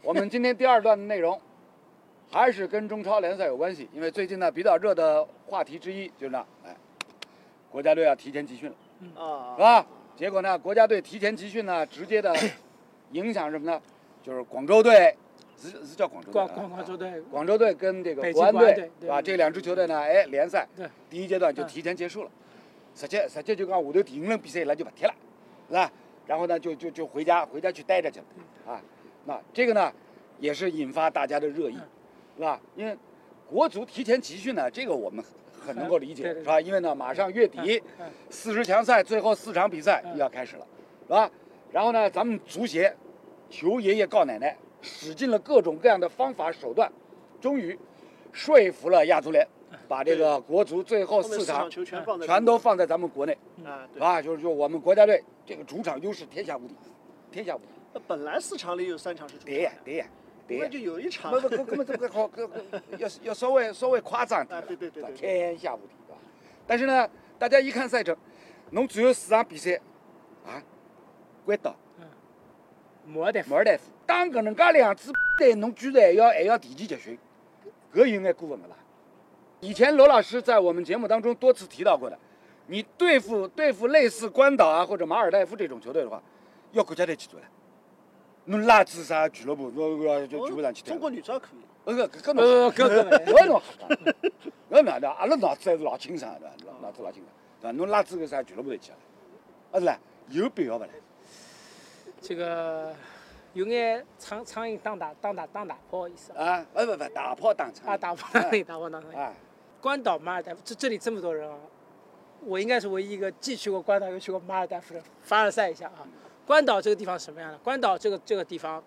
我们今天第二段的内容还是跟中超联赛有关系，因为最近呢比较热的话题之一就是呢，哎，国家队要提前集训了，呃啊是，吧？结果呢，国家队提前集训呢，直接的 影响什么呢？就是广州队，是是叫广州队啊，广广广州队，广州队跟这个北国京安国安队队，对啊，对这两支球队呢，哎，联赛对嗯第一阶段就提前结束了。实际实际就讲，下头第五轮比赛伊拉就不踢了，是吧？然后呢，就就就回家回家去待着去嗯了啊。那这个呢，也是引发大家的热议，嗯是吧？因为国足提前集训呢，这个我们很很能够理解，对对是对吧？因为呢，马上月底嗯嗯四十强赛最后四场比赛嗯又要开始了，是吧？然后呢，咱们足协求爷爷告奶奶，使尽了各种各样的方法手段，终于说服了亚足联，把这个国足最后哎后面四四场场球全放在全都放在咱们国内，啊，对。啊，就是说我们国家队这个主场优势天下无敌，天下无敌，那本来四场里有三场是主对呀场，对呀对那呀就。有一场不不，根根本这个好，搿搿要要稍微稍微夸张点啊，对对对对对天下无敌啊！但是呢，大家一看赛程，侬只有四场比赛，啊，关岛、摩尔代夫马尔代夫，打搿能介两支队，侬居然还要还要提前集训，搿有眼过分了啦。以前罗老师在我们节目当中多次提到过的，你对付对付类似关岛啊或者马尔代夫这种球队的话，要国家队去做了，侬拉支啥俱乐部，侬要就全部上去踢了中。国女足也可以，呃，搿搿呃侬搿搿搿搿侬瞎讲，搿哪能？阿拉脑子还是老清爽的，对伐？脑子老清爽，对伐？侬拉支个啥俱乐部来去啊？啊是啦，有必要勿啦？这个有眼苍苍蝇当打当打当打炮的意思啊，啊，勿勿勿，打炮打啊场打炮当打打炮当打。啊，关岛马尔代夫，这这里这么多人啊，我应该是唯一一个既去过关岛又去过马尔代夫的。凡尔赛一下啊，关岛这个地方是什么样的？关岛这个这个地方，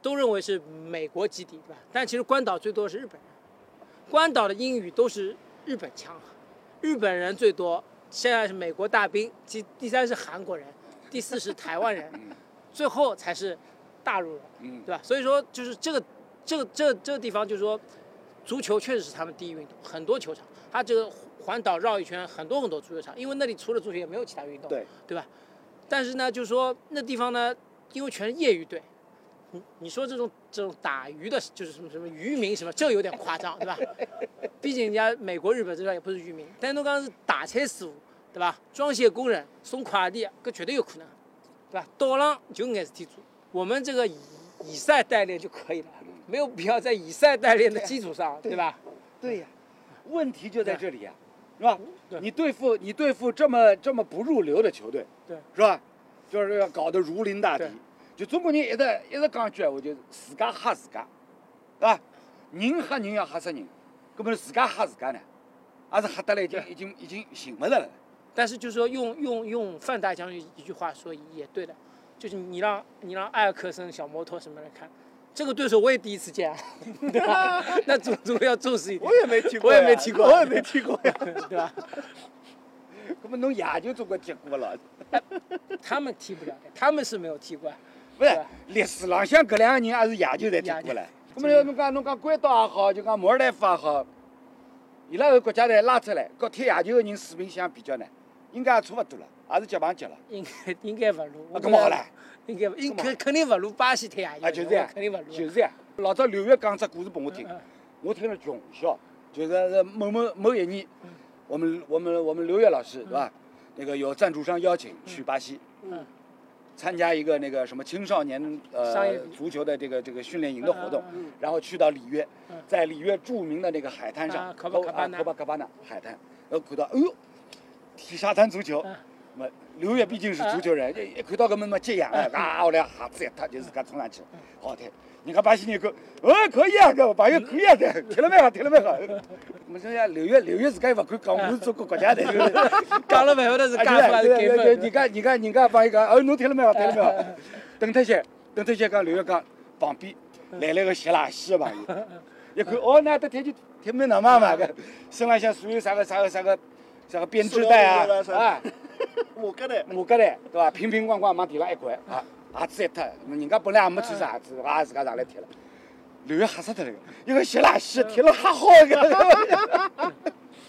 都认为是美国基地，对吧？但其实关岛最多是日本人，关岛的英语都是日本腔，日本人最多，现在是美国大兵，其第三是韩国人，第四是台湾人，最后才是大陆人。嗯对吧？所以说就是这个这个这个这个地方，就是说足球确实是他们第一运动，很多球场，它这个环岛绕一圈，很多很多足球场，因为那里除了足球也没有其他运动，对吧？但是呢，就是说那地方呢，因为全是业余队。你你说这种这种打鱼的，就是什么什么渔民什么，这有点夸张，对吧？毕竟人家美国、日本这边也不是渔民，但侬讲是打车师傅，对吧？装卸工人、送快递，搿绝对有可能，对吧？岛上就搿眼事体做，我们这个以以赛代练就可以了，没有必要在以赛代练的基础上，对吧？对呀，问题就在这里呀，啊是吧对？你对付你对付这么这么不入流的球队，对，是吧？就是要搞得如临大敌对。就中国人一直一直讲一句闲话，就是自家吓自家，对吧？人吓人要吓死人，根本自家吓自家呢，也是吓得来已经已经已经寻不着了。但是就是说用用用范大将军一句话说也对的，就是你让你让艾尔克森、小摩托什么来看，这个对手我也第一次见啊， 对吧？那足足要重视一点，也没踢我也没踢过我也没踢过呀。 对吧？ 根本侬也就中国踢过了，他们踢不了，他们是没有踢过，不是对吧？历史浪向搿两个人也是也就在踢过了。根本要侬讲侬讲关岛也好，就讲摩尔代夫也好，伊拉个国家队拉出来，和踢野球个人水平相比较呢，应该也差勿多了，也是接棒接了。应该应该不如。啊，搿么好了，应该不应搿么好肯肯定不如巴西踢亚啊，就是这样肯定不，如。就是这样。老早刘越讲只故事拨我听嗯嗯，我听了穷笑，就是呃某某某一年，我们我们我们刘越老师对吧？那个有赞助商邀请去巴西，嗯参加一个那个什么青少年商呃业比足球的这个这个训练营的活动嗯，然后去到里约嗯，在里约著名的那个海滩上，啊，Copacabana 科巴卡巴纳海滩，然后看到，哎呦，踢沙滩足球嗯，那么刘越毕竟是足球人，一一看到搿么么急眼嗯了，啊，后来哈子一踢就自家冲上去了，好踢。人家巴西人看，哦，可以啊，搿朋友可以啊，这踢了蛮好，踢了蛮 好。我们说呀，刘越，刘越自家也勿敢讲，我是中国国家队。讲了不晓得是啊加分还是对减对对，人分。家人家人家帮伊讲，哦，侬听了没有？听了没有？邓特些，邓特些讲刘月讲旁边来了个吸垃圾的朋友，一看哦，那这天气天蛮冷嘛嘛，搿身浪向所有啥个啥个啥个啥个编织袋啊哎塑料啊袋， 我跟嘞，马格袋对伐？平平光光往地上一掼啊，鞋子一脱，人家本来也没穿啥鞋子，也自家上来踢了。刘月吓死脱了，一个吸垃圾踢了吓好个，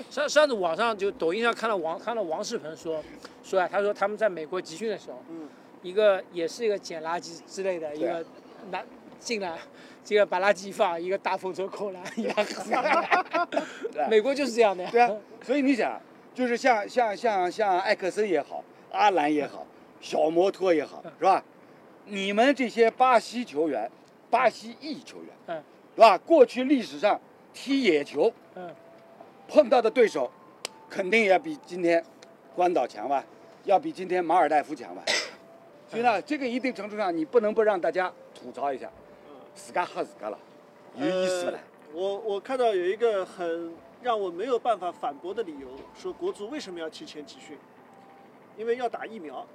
上上次网上就抖音上看到王看到王世鹏说说啊，他说他们在美国集训的时候，嗯一个也是一个捡垃圾之类的一对啊个男进来，进来把垃圾一放，一个大风车扣篮，一 样死人美国就是这样的呀。对啊，所以你想，就是像像像像艾克森也好，阿兰也 好，小摩托也嗯好，是吧？你们这些巴西球员，巴西裔球员，嗯是吧？过去历史上踢野球嗯，碰到的对手，肯定也比今天关岛强吧，要比今天马尔代夫强吧。嗯所以呢，这个一定程度上，你不能不让大家吐槽一下，自家吓自家了，有意思了呃。我我看到有一个很让我没有办法反驳的理由，说国足为什么要提前集训？因为要打疫苗，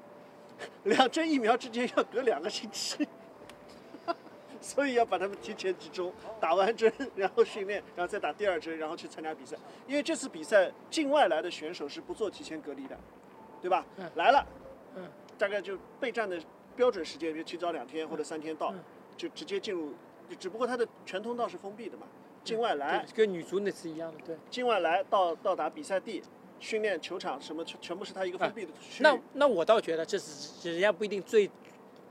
两针疫苗之间要隔两个星期， 所以要把他们提前集中，打完针然后训练，然后再打第二针，然后去参加比赛。因为这次比赛境外来的选手是不做提前隔离的，对吧？嗯来了，嗯，大概就备战的标准时间，就提早两天或者三天到，嗯就直接进入。只不过它的全通道是封闭的嘛，境外来嗯哎对，跟女足那次一样的，对。境外来到到达比赛地、训练球场什么，全全部是它一个封闭的区域。那那我倒觉得这是人家不一定最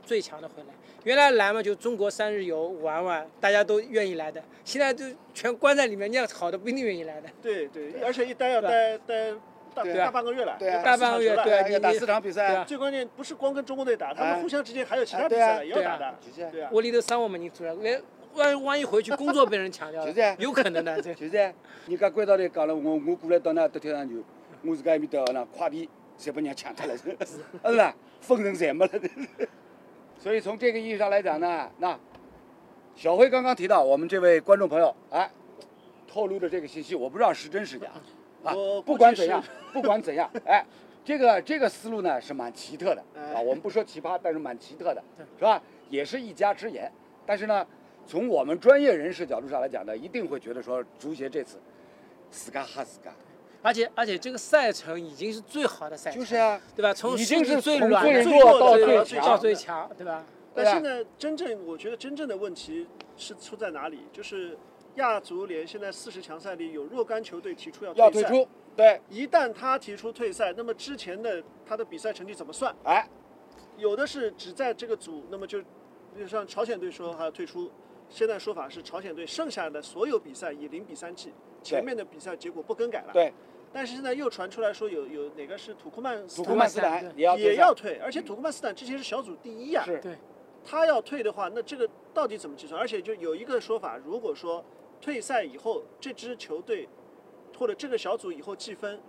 最强的回来。原来来嘛，就中国三日游玩玩，大家都愿意来的。现在就全关在里面，那样好的不一定愿意来的。对对，而且一待要待待大对啊大半个月了，对啊就大四半场个球月，了对啊，要打你四场比赛对啊最关键不是光跟中国队打，他哎们互相之间还有其他比哎对啊赛也要打的就这样，对啊你。窝里头伤我们人出来，连万万一回去工作被人抢掉就这样了，有可能 的。这就是啊，人家关到头讲了，我我过来到那搭踢场球，我自家埃面搭那快递侪被人家抢 脱了，是不是？分成侪没了。所以从这个意义上来讲呢，那小辉刚刚提到我们这位观众朋友，哎，透露的这个信息，我不知道是真是假啊我。不估计管怎是样，不管怎样，哎，这个这个思路呢是蛮奇特的哎啊。我们不说奇葩，但是蛮奇特的，是吧？也是一家之言。但是呢，从我们专业人士角度上来讲呢，一定会觉得说足协这次自家吓自家，而且而且这个赛程已经是最好的赛程，就是啊，对吧？从已经实力是最从软最的弱到最最弱到强，最强，对吧？对但啊现在真正我觉得真正的问题是出在哪里？就是亚足联现在四十强赛里有若干球队提出要要退退赛，出，对，一旦他提出退赛，那么之前的他的比赛成绩怎么算？哎，有的是只在这个组，那么就就像朝鲜队说哈退出，现在说法是朝鲜队剩下的所有比赛以零比三计，前面的比赛结果不更改了。对，但是现在又传出来说有有哪个是土库曼斯土坦库曼斯坦也要退也赛要退，而且土库曼斯坦之前是小组第一啊呀、是对，他要退的话，那这个到底怎么计算？而且就有一个说法，如果说退赛以后，这支球队或者这个小组以后计分，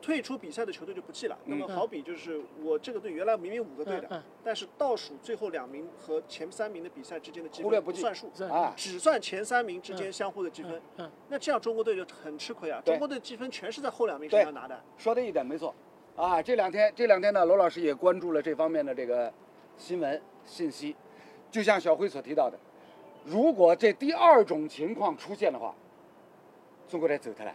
退出比赛的球队就不计了。那么嗯好比就是我这个队原来明明五个队嗯的，嗯，但是倒数最后两名和前三名的比赛之间的积忽略分不不计算数，是啊，只算前三名之间相互的积分嗯。嗯，那这样中国队就很吃亏啊！对中国队积分全是在后两名对身上拿的。说的一点没错，啊，这两天这两天呢，罗老师也关注了这方面的这个新闻信息，就像小辉所提到的，如果这第二种情况出现的话，中国队走出来，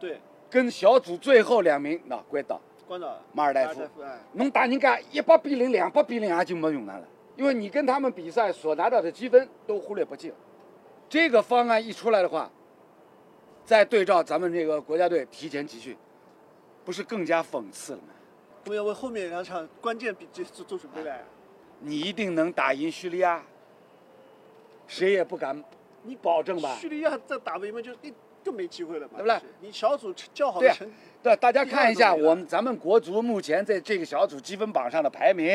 对，跟小组最后两名那关岛，关岛、马尔代夫马尔代夫，哎，能打人家一百比零、两百比零也就没用了，因为你跟他们比赛所拿到的积分都忽略不计了。这个方案一出来的话，再对照咱们这个国家队提前集训，不是更加讽刺了吗？我们要为后面两场关键比做做做准备了呀。你一定能打赢叙利亚，谁也不敢你保证吧？叙利亚再打不赢嘛，就一更没机会了嘛，对不对？你小组较好对的啊成，对，大家看一下第二个没了我们咱们国足目前在这个小组积分榜上的排名，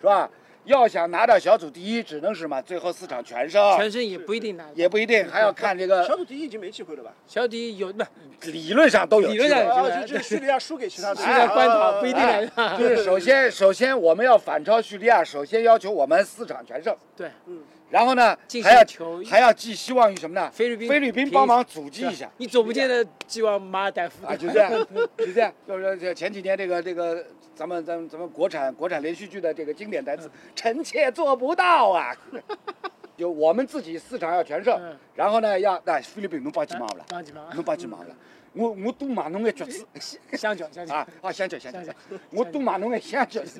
是吧？要想拿到小组第一，只能是什么？最后四场全胜，全胜也不一定拿得到。啊也不一定，还要看这个小组第一已经没机会了吧？小迪有不理论上都有理机论上会。对啊，对就就叙利亚输给其他队，现在关啊岛不一定哎来的。就是首先，首先我们要反超叙利亚，首先要求我们四场全胜，对，嗯，然后呢进，行还要球还要寄希望于什么呢？菲律宾菲律宾帮忙阻击一下，你总不见得寄望马尔代夫啊，就这样，就这样，就是这前几年这个这个咱们咱们咱们国产国产连续剧的这个经典台词嗯“臣妾做不到 啊”，就我们自己四场要全胜嗯，然后呢要那菲律宾侬帮几忙不啦？帮几忙， 侬帮几忙不啦？我我多买侬眼橘子香蕉香啊 蕉，，啊香蕉香蕉香，我多买侬眼香蕉。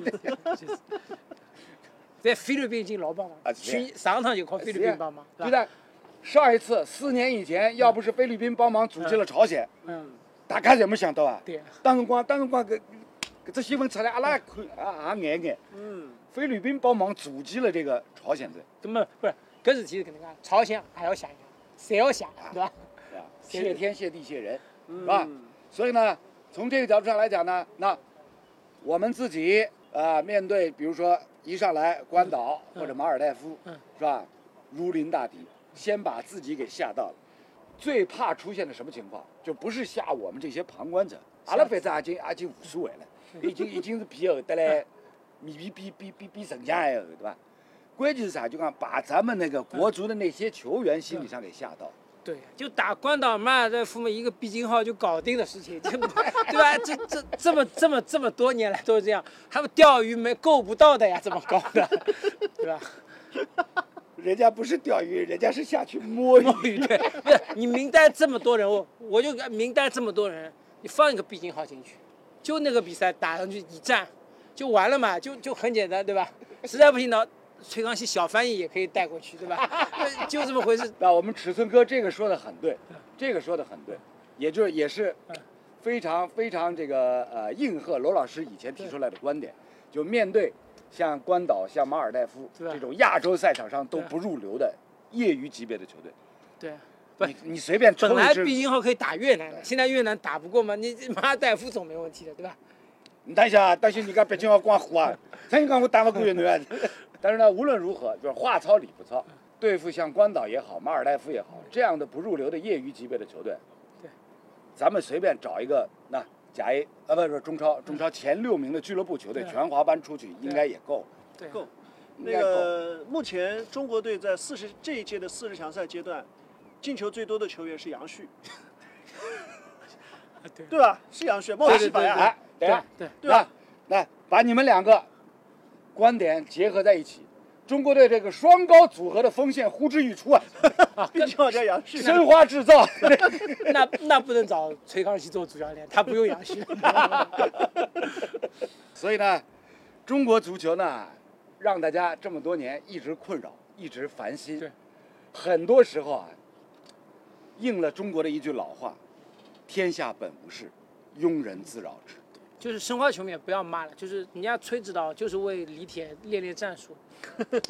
在菲律宾已经老帮忙啊了，是的去上趟就靠菲律宾帮忙， 对吧？的，上一次四年以前，要不是菲律宾帮忙组织了朝鲜，嗯，大家侪没想到啊。对啊，啊当辰光，当辰光搿搿只新闻出来，阿拉也看也也眼眼。嗯，菲菲律宾帮忙阻击了这个朝鲜队，根本不是格子提肯定啊，朝鲜还要想一下，谁要想啊，对吧？是吧？谢谢天谢地谢人，嗯是吧？所以呢，从这个角度上来讲呢，那我们自己啊、呃面对比如说一上来关岛嗯或者马尔代夫，嗯是吧？如临大敌，先把自己给吓到了。最怕出现的什么情况？就不是吓我们这些旁观者，阿拉反正已经已经无所谓了，嗯已经已经是皮厚的 嘞，米比比比比比城墙还厚，对吧？关键是啥？就讲把咱们那个国足的那些球员心理上给吓到。对，就打关岛马尔代夫嘛，一个逼金号就搞定的事情， 这不对吧？这这这么这么这么多年来都是这样，他们钓鱼没够不到的呀，怎么搞的，对 吧？人家不是钓鱼，人家是下去摸鱼。对，不是你名单这么多人物，我就名单这么多人，你放一个毕金号进去，就那个比赛打上去一战就完了嘛，就就很简单，对吧？实在不行呢，崔康熙小翻译也可以带过去，对吧？那就这么回事。 那我们尺寸哥这个说的很对，这个说的很对，也就是也是非常非常这个呃应和罗老师以前提出来的观点，就面对像关岛、像马尔代夫对吧这种亚洲赛场上都对不入流的业余级别的球队，对，不你你随便抽本一来支毕金号可以打越南的，现在越南打不过嘛，你马尔代夫总没问题的，对吧？你等一下，担心人家北京要光虎啊， 真讲我打不过越南。 但是呢，无论如何，就是话糙理不糙，对付像关岛也好、马尔代夫也好这样的不入流的业余级别的球队，对，咱们随便找一个那甲 A 啊，不是不是中超中超前六名的俱乐部球队，对全华班出去应该也够，对啊，够。应那该够。个目前中国队在四十这一届的四十强赛阶段，进球最多的球员是杨旭，对对吧？是杨旭，帽对子戏法呀，哎，等一下，对啊对吧？那来把你们两个观点结合在一起，中国队这个双高组合的锋线呼之欲出 啊，毕竟好像杨旭。申花制造。 那那不能找崔康熙做主教练，他不用杨旭。 所以呢，中国足球呢，让大家这么多年一直困扰，一直烦心。对，很多时候啊，应了中国的一句老话：“天下本无事，庸人自扰之。就是申花球迷也不要骂了，就是人家崔指导就是为李铁练练战术，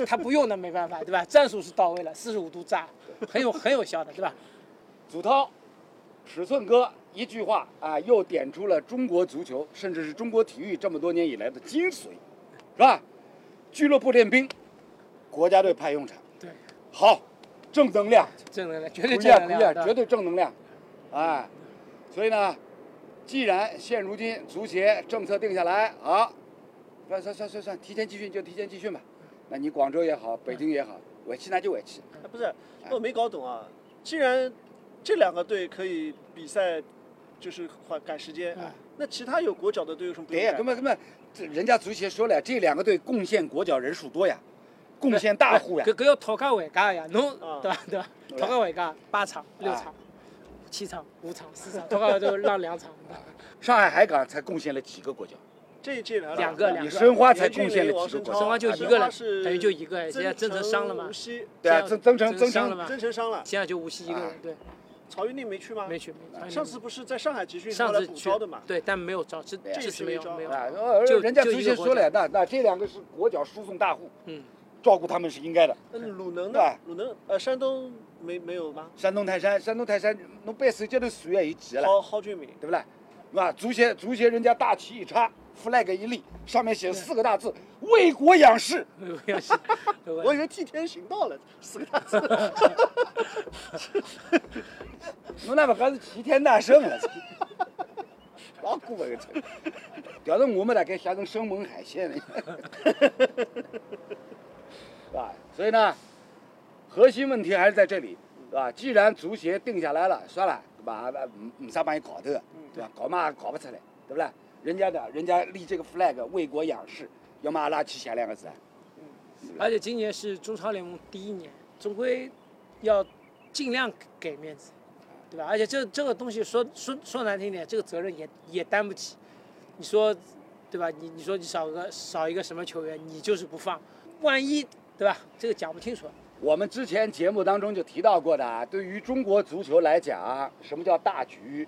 他不用那没办法，对吧？战术是到位了，四十五度炸，很有很有效的，对吧？”祖涛、尺寸哥一句话啊，又点出了中国足球，甚至是中国体育这么多年以来的精髓，是吧？俱乐部练兵，国家队派用场，对，好，正能量。正能量，绝对鼓正能励鼓量，励，吧啊绝对正能量，哎，所以呢，既然现如今足协政策定下来，好，算算算算算，提前集训就提前集训吧。那你广州也好，北京也好，委屈那就委屈。啊不是，我没搞懂啊。既然这两个队可以比赛，就是缓赶时间啊，那其他有国脚的队有什么不对呀，能赶根本根本，这人家足协说了呀，这两个队贡献国脚人数多呀，贡献大户呀搿。搿要讨价还价呀，侬啊对吧？对吧？对讨价还价，八场、六场、七场、五场、四场，讨价还价就让两场，对吧上海海港才贡献了几个国脚，这一届来了两个两你个申花才严俊贡献凌了王几个申国超脚，申花就啊一对个申花了是等于就一个现在曾诚伤了嘛无锡对啊，这曾样曾诚曾曾伤了诚嘛，曾诚伤了，现在就无锡一个啊人，对，曹云令没去吗？没去，没去啊上次不是在上海集训，上后来次补去招的嘛？对，但没有招，这对啊这次没有没有，啊，呃就人家就一足协个国说了脚呀，那那这两个是国脚输送大户，嗯，照顾他们是应该的。那鲁能呢对？鲁能呃，山东没没有吗？山东泰山，山东泰山，侬扳手脚头数也有几个了，蒿蒿俊闵，对不啦？是吧？足协足协人家大旗一插，flag 一立，上面写四个大字“为国养士 没 有关系，没有关系我以为替天行道了，四啊个大字。”，侬那不讲是齐天大圣了？ 老过分了，调成我们大概写成生猛海鲜了，是吧？啊所以呢，核心问题还是在这里，是吧？既然足协定下来了，算了，对吧？啊嗯没没啥帮你搞头的，对吧？搞嘛也搞不出来，对不啦？人家的，人家立这个 flag 为国养士，要么阿拉去写两个字啊，而且今年是中超联盟第一年，总归要尽量给面子，对吧？而且这这个东西说说说难听点，这个责任也也担不起。你说，对吧？你你说你少个少一个什么球员，你就是不放，万一对吧？这个讲不清楚。我们之前节目当中就提到过的啊，对于中国足球来讲，什么叫大局？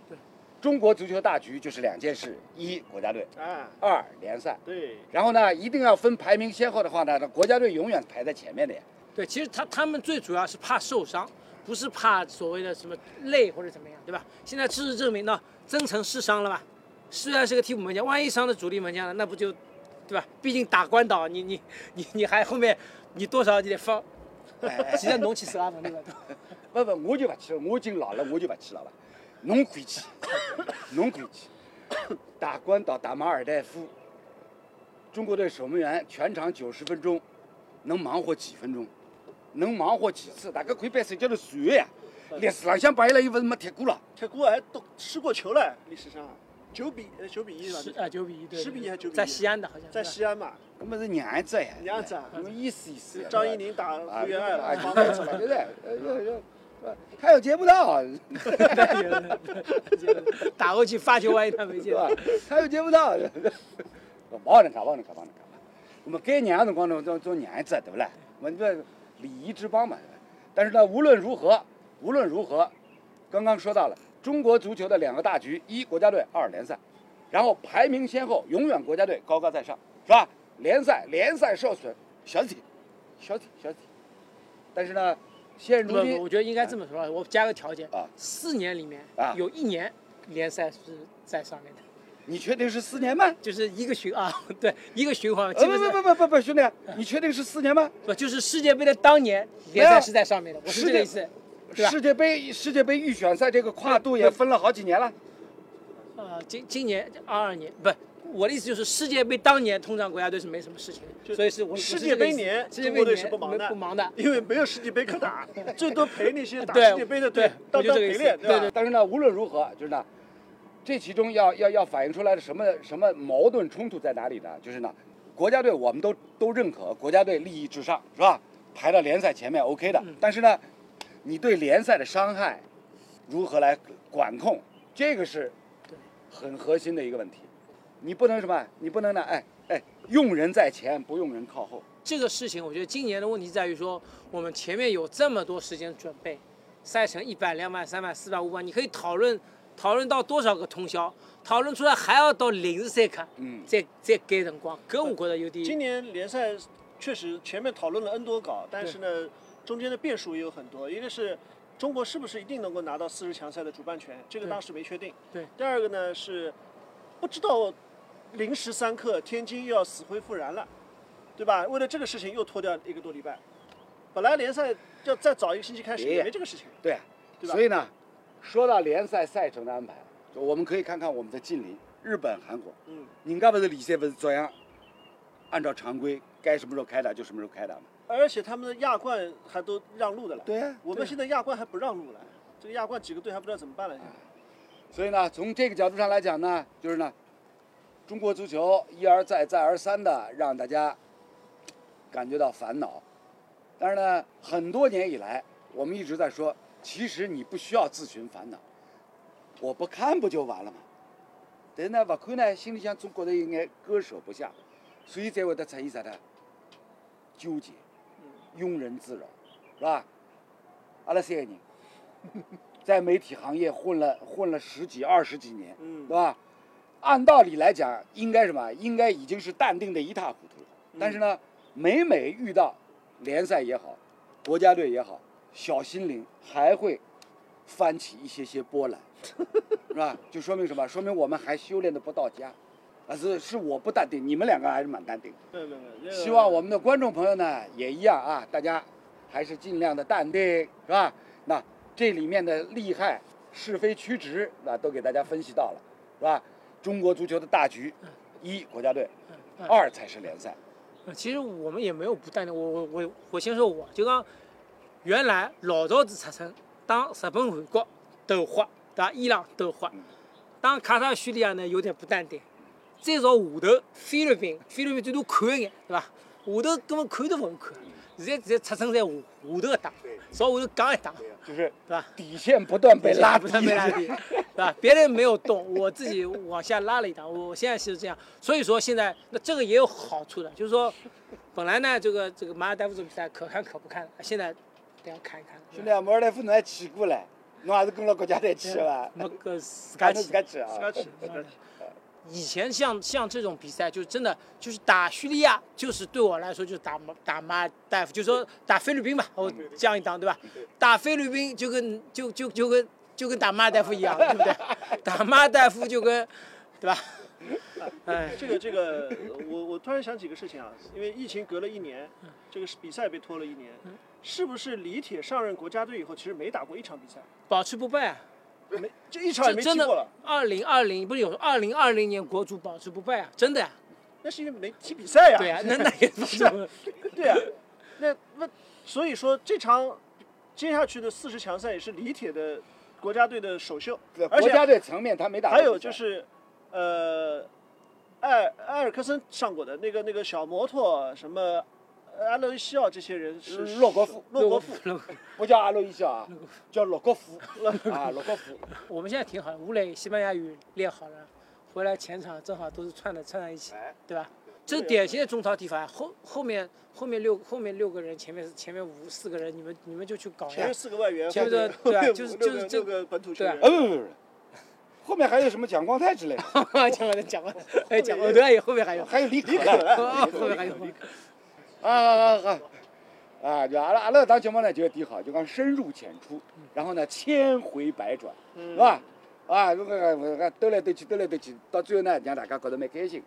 中国足球大局就是两件事：一国家队，啊，二联赛。对，然后呢，一定要分排名先后的话呢，那国家队永远排在前面的呀。对，其实他他们最主要是怕受伤，不是怕所谓的什么累或者怎么样，对吧？现在事实证明呢，曾诚是伤了吧？虽然是个替补门将，万一伤了主力门将了，那不就，对吧？毕竟打关岛，你你你你还后面你多少你得放，哎现在侬去死阿门对吧？不不，我就不去了，我已经老了，我就不去了吧。侬可以去，侬可以去。打关岛，打马尔代夫，中国队守门员全场九十分钟，能忙活几分钟？能忙活几次？大家可以被谁叫做算呀？历史上向摆了一份没踢过了，铁锅还都吃过球了，历史上九比呃九比一是吧？十啊九比一，对， 十比一还是九比一在西安的好像，在西安嘛，那么是娘子呀，娘子啊你们意思意思呀。张怡宁打啊胡元爱了，啊防守了对不对？呃呃呃呃还有接不到， 安，打过去发球万一他没对 进，吧？还有接不到，忘了干，忘了干，忘了干。我们该娘的辰光呢，做做娘子，对不啦？我们这礼仪之邦嘛。对吧但是呢，无论如何，无论如何，刚刚说到了中国足球的两个大局：一国家队，二联赛。然后排名先后，永远国家队高高在上，是吧？联赛，联赛受损，小体，小体，小体。但是呢，现不如不，今我觉得啊应该这么说，我加个条件啊，四年里面啊有一年联赛是在上面的。你确定是四年吗？就是一个循啊， 对，一个循环，呃基不本不上不不不不，兄弟，你确定是四年吗？不就是世界杯的当年联赛是在上面的，我是这个意思，对吧？世界杯世界杯预选赛这个跨度也分了好几年了。呃，今今年二二年不，我的意思就是世界杯当年通常国家队是没什么事情的，就所以是我世界杯年世界中杯国队年是不忙没的，不忙的，因为没有世界杯 可打，最多陪那些打对世界杯的对队当我就当这个意陪思练，吧？但是呢，无论如何，就是呢，这其中要要要反映出来的什么什么矛盾冲突在哪里呢？就是呢，国家队我们都都认可，国家队利益至上，是吧？排到联赛前面 OK 嗯的，但是呢，你对联赛的伤害如何来管控，这个是很核心的一个问题。你不能什么？你不能呢？哎哎，用人在前，不用人靠后。这个事情，我觉得今年的问题在于说，我们前面有这么多时间准备，赛程一百、两百、三百、四百、五百，你可以讨论讨论到多少个通宵，讨论出来还要到临时赛看，嗯再再给辰光，搿我觉得有点。今年联赛确实前面讨论了 N 多稿，但是呢，中间的变数也有很多。一个是中国是不是一定能够拿到四十强赛的主办权，这个对当时没确定。对第二个呢是不知道临时三刻天津又要死灰复燃了，对吧？为了这个事情又拖掉一个多礼拜。本来联赛要再早一个星期开始，哎呀也没这个事情。对啊，对吧所以呢，说到联赛赛程的安排，就我们可以看看我们的近邻日本、韩国，嗯，人家不是联赛不是照样按照常规该什么时候开打就什么时候开打嘛？而且他们的亚冠还都让路的了。对啊我们现在亚冠还不让路了，这个亚冠几个队还不知道怎么办了。现在所以呢，从这个角度上来讲呢，就是呢，中国足球一而再、再而三的让大家感觉到烦恼。但是呢，很多年以来，我们一直在说，其实你不需要自寻烦恼，我不看不就完了吗？但是呢，不看呢，心里想总觉得有眼割舍不下，所以才会得出现啥呢？纠结、庸人自扰，是吧？阿拉三个人 在媒体行业混了混了十几二十几年，嗯对吧？按道理来讲，应该什么？应该已经是淡定的一塌糊涂了。但是呢，每每遇到联赛也好，国家队也好，小心灵还会翻起一些些波澜，是吧？就说明什么？说明我们还修炼的不到家。啊，是是我不淡定，你们两个还是蛮淡定的。对对对，这个希望我们的观众朋友呢也一样啊，大家还是尽量的淡定，是吧？那这里面的利害、是非曲直，那都给大家分析到了，是吧？中国足球的大局，一国家队，嗯二才是联赛。呃其实我们也没有不淡定，我我我我先说我，就讲原来老早子出生，当日本、韩国斗花，对吧？伊朗斗花，当卡塔尔叙利亚呢有点不淡定，再朝下头菲律宾，菲律宾最多看一眼，对吧？下头根本看都不看，现在现在出生在下下头一档，朝下头讲一档，就是对吧？底线不断 被拉不低，是被拉低， 对吧？别人没有动，我自己往下拉了一档。我我现在是这样，所以说现在那这个也有好处的，就是说，本来呢这个这个马尔代夫这个比赛可看可不看，现在得要看一看。兄弟啊，马尔代夫侬还去过嘞？侬也是跟了国家队去的伐？没个自还家是自去。家去啊？自家去，自家去。哦以前像像这种比赛，就真的就是打叙利亚，就是对我来说就是打马打马尔代夫，就说打菲律宾吧，我这样一嗯档对吧？打菲律宾就跟就就就跟就跟打马尔代夫一样，对不对？打马尔代夫就跟，对 吧？ 哎，这个这个，我我突然想起个事情啊，因为疫情隔了一年，嗯这个是比赛被拖了一年，是不是李铁上任国家队以后，其实没打过一场比赛，保持不败啊！没这一场也这没踢真过的了，，二零二零不是有二零二零年国足保持不败啊，真的呀、那是因为没踢比赛呀。对呀、啊那那也不 是 对呀，那那所以说这场接下去的四十强赛也是李铁的国家队的首秀对，而国且家队层面他没打过还比赛。有就是，呃，艾艾尔克森上过的那个那个小摩托什么。呃阿勒西奥这些人是洛国富洛国富，不叫阿洛伊肖啊，叫洛国富 啊，洛国富。我们现在挺好，吴磊西班牙语练好了，回来前场正好都是串的串在一起哎，对吧？这是典型的中超踢法，后后面后面六后面六个人，前面是前面五四个人，你们你们就去搞前呀面。四个外援，前面的后面啊对啊 五就是六个就是这六个本土球对啊员，呃，不不不，后面还有什么蒋光泰之类的， 讲完了，讲完了，哎，讲完了，哎，啊后面还有，还有李可了。哦后面还有，啊啊啊！啊，啊就阿拉阿拉当节目呢就要提好，就讲深入浅出，然后呢千回百转，是吧？啊，这个我看兜来兜去，兜来兜去，到最后呢，让大家觉得蛮开心。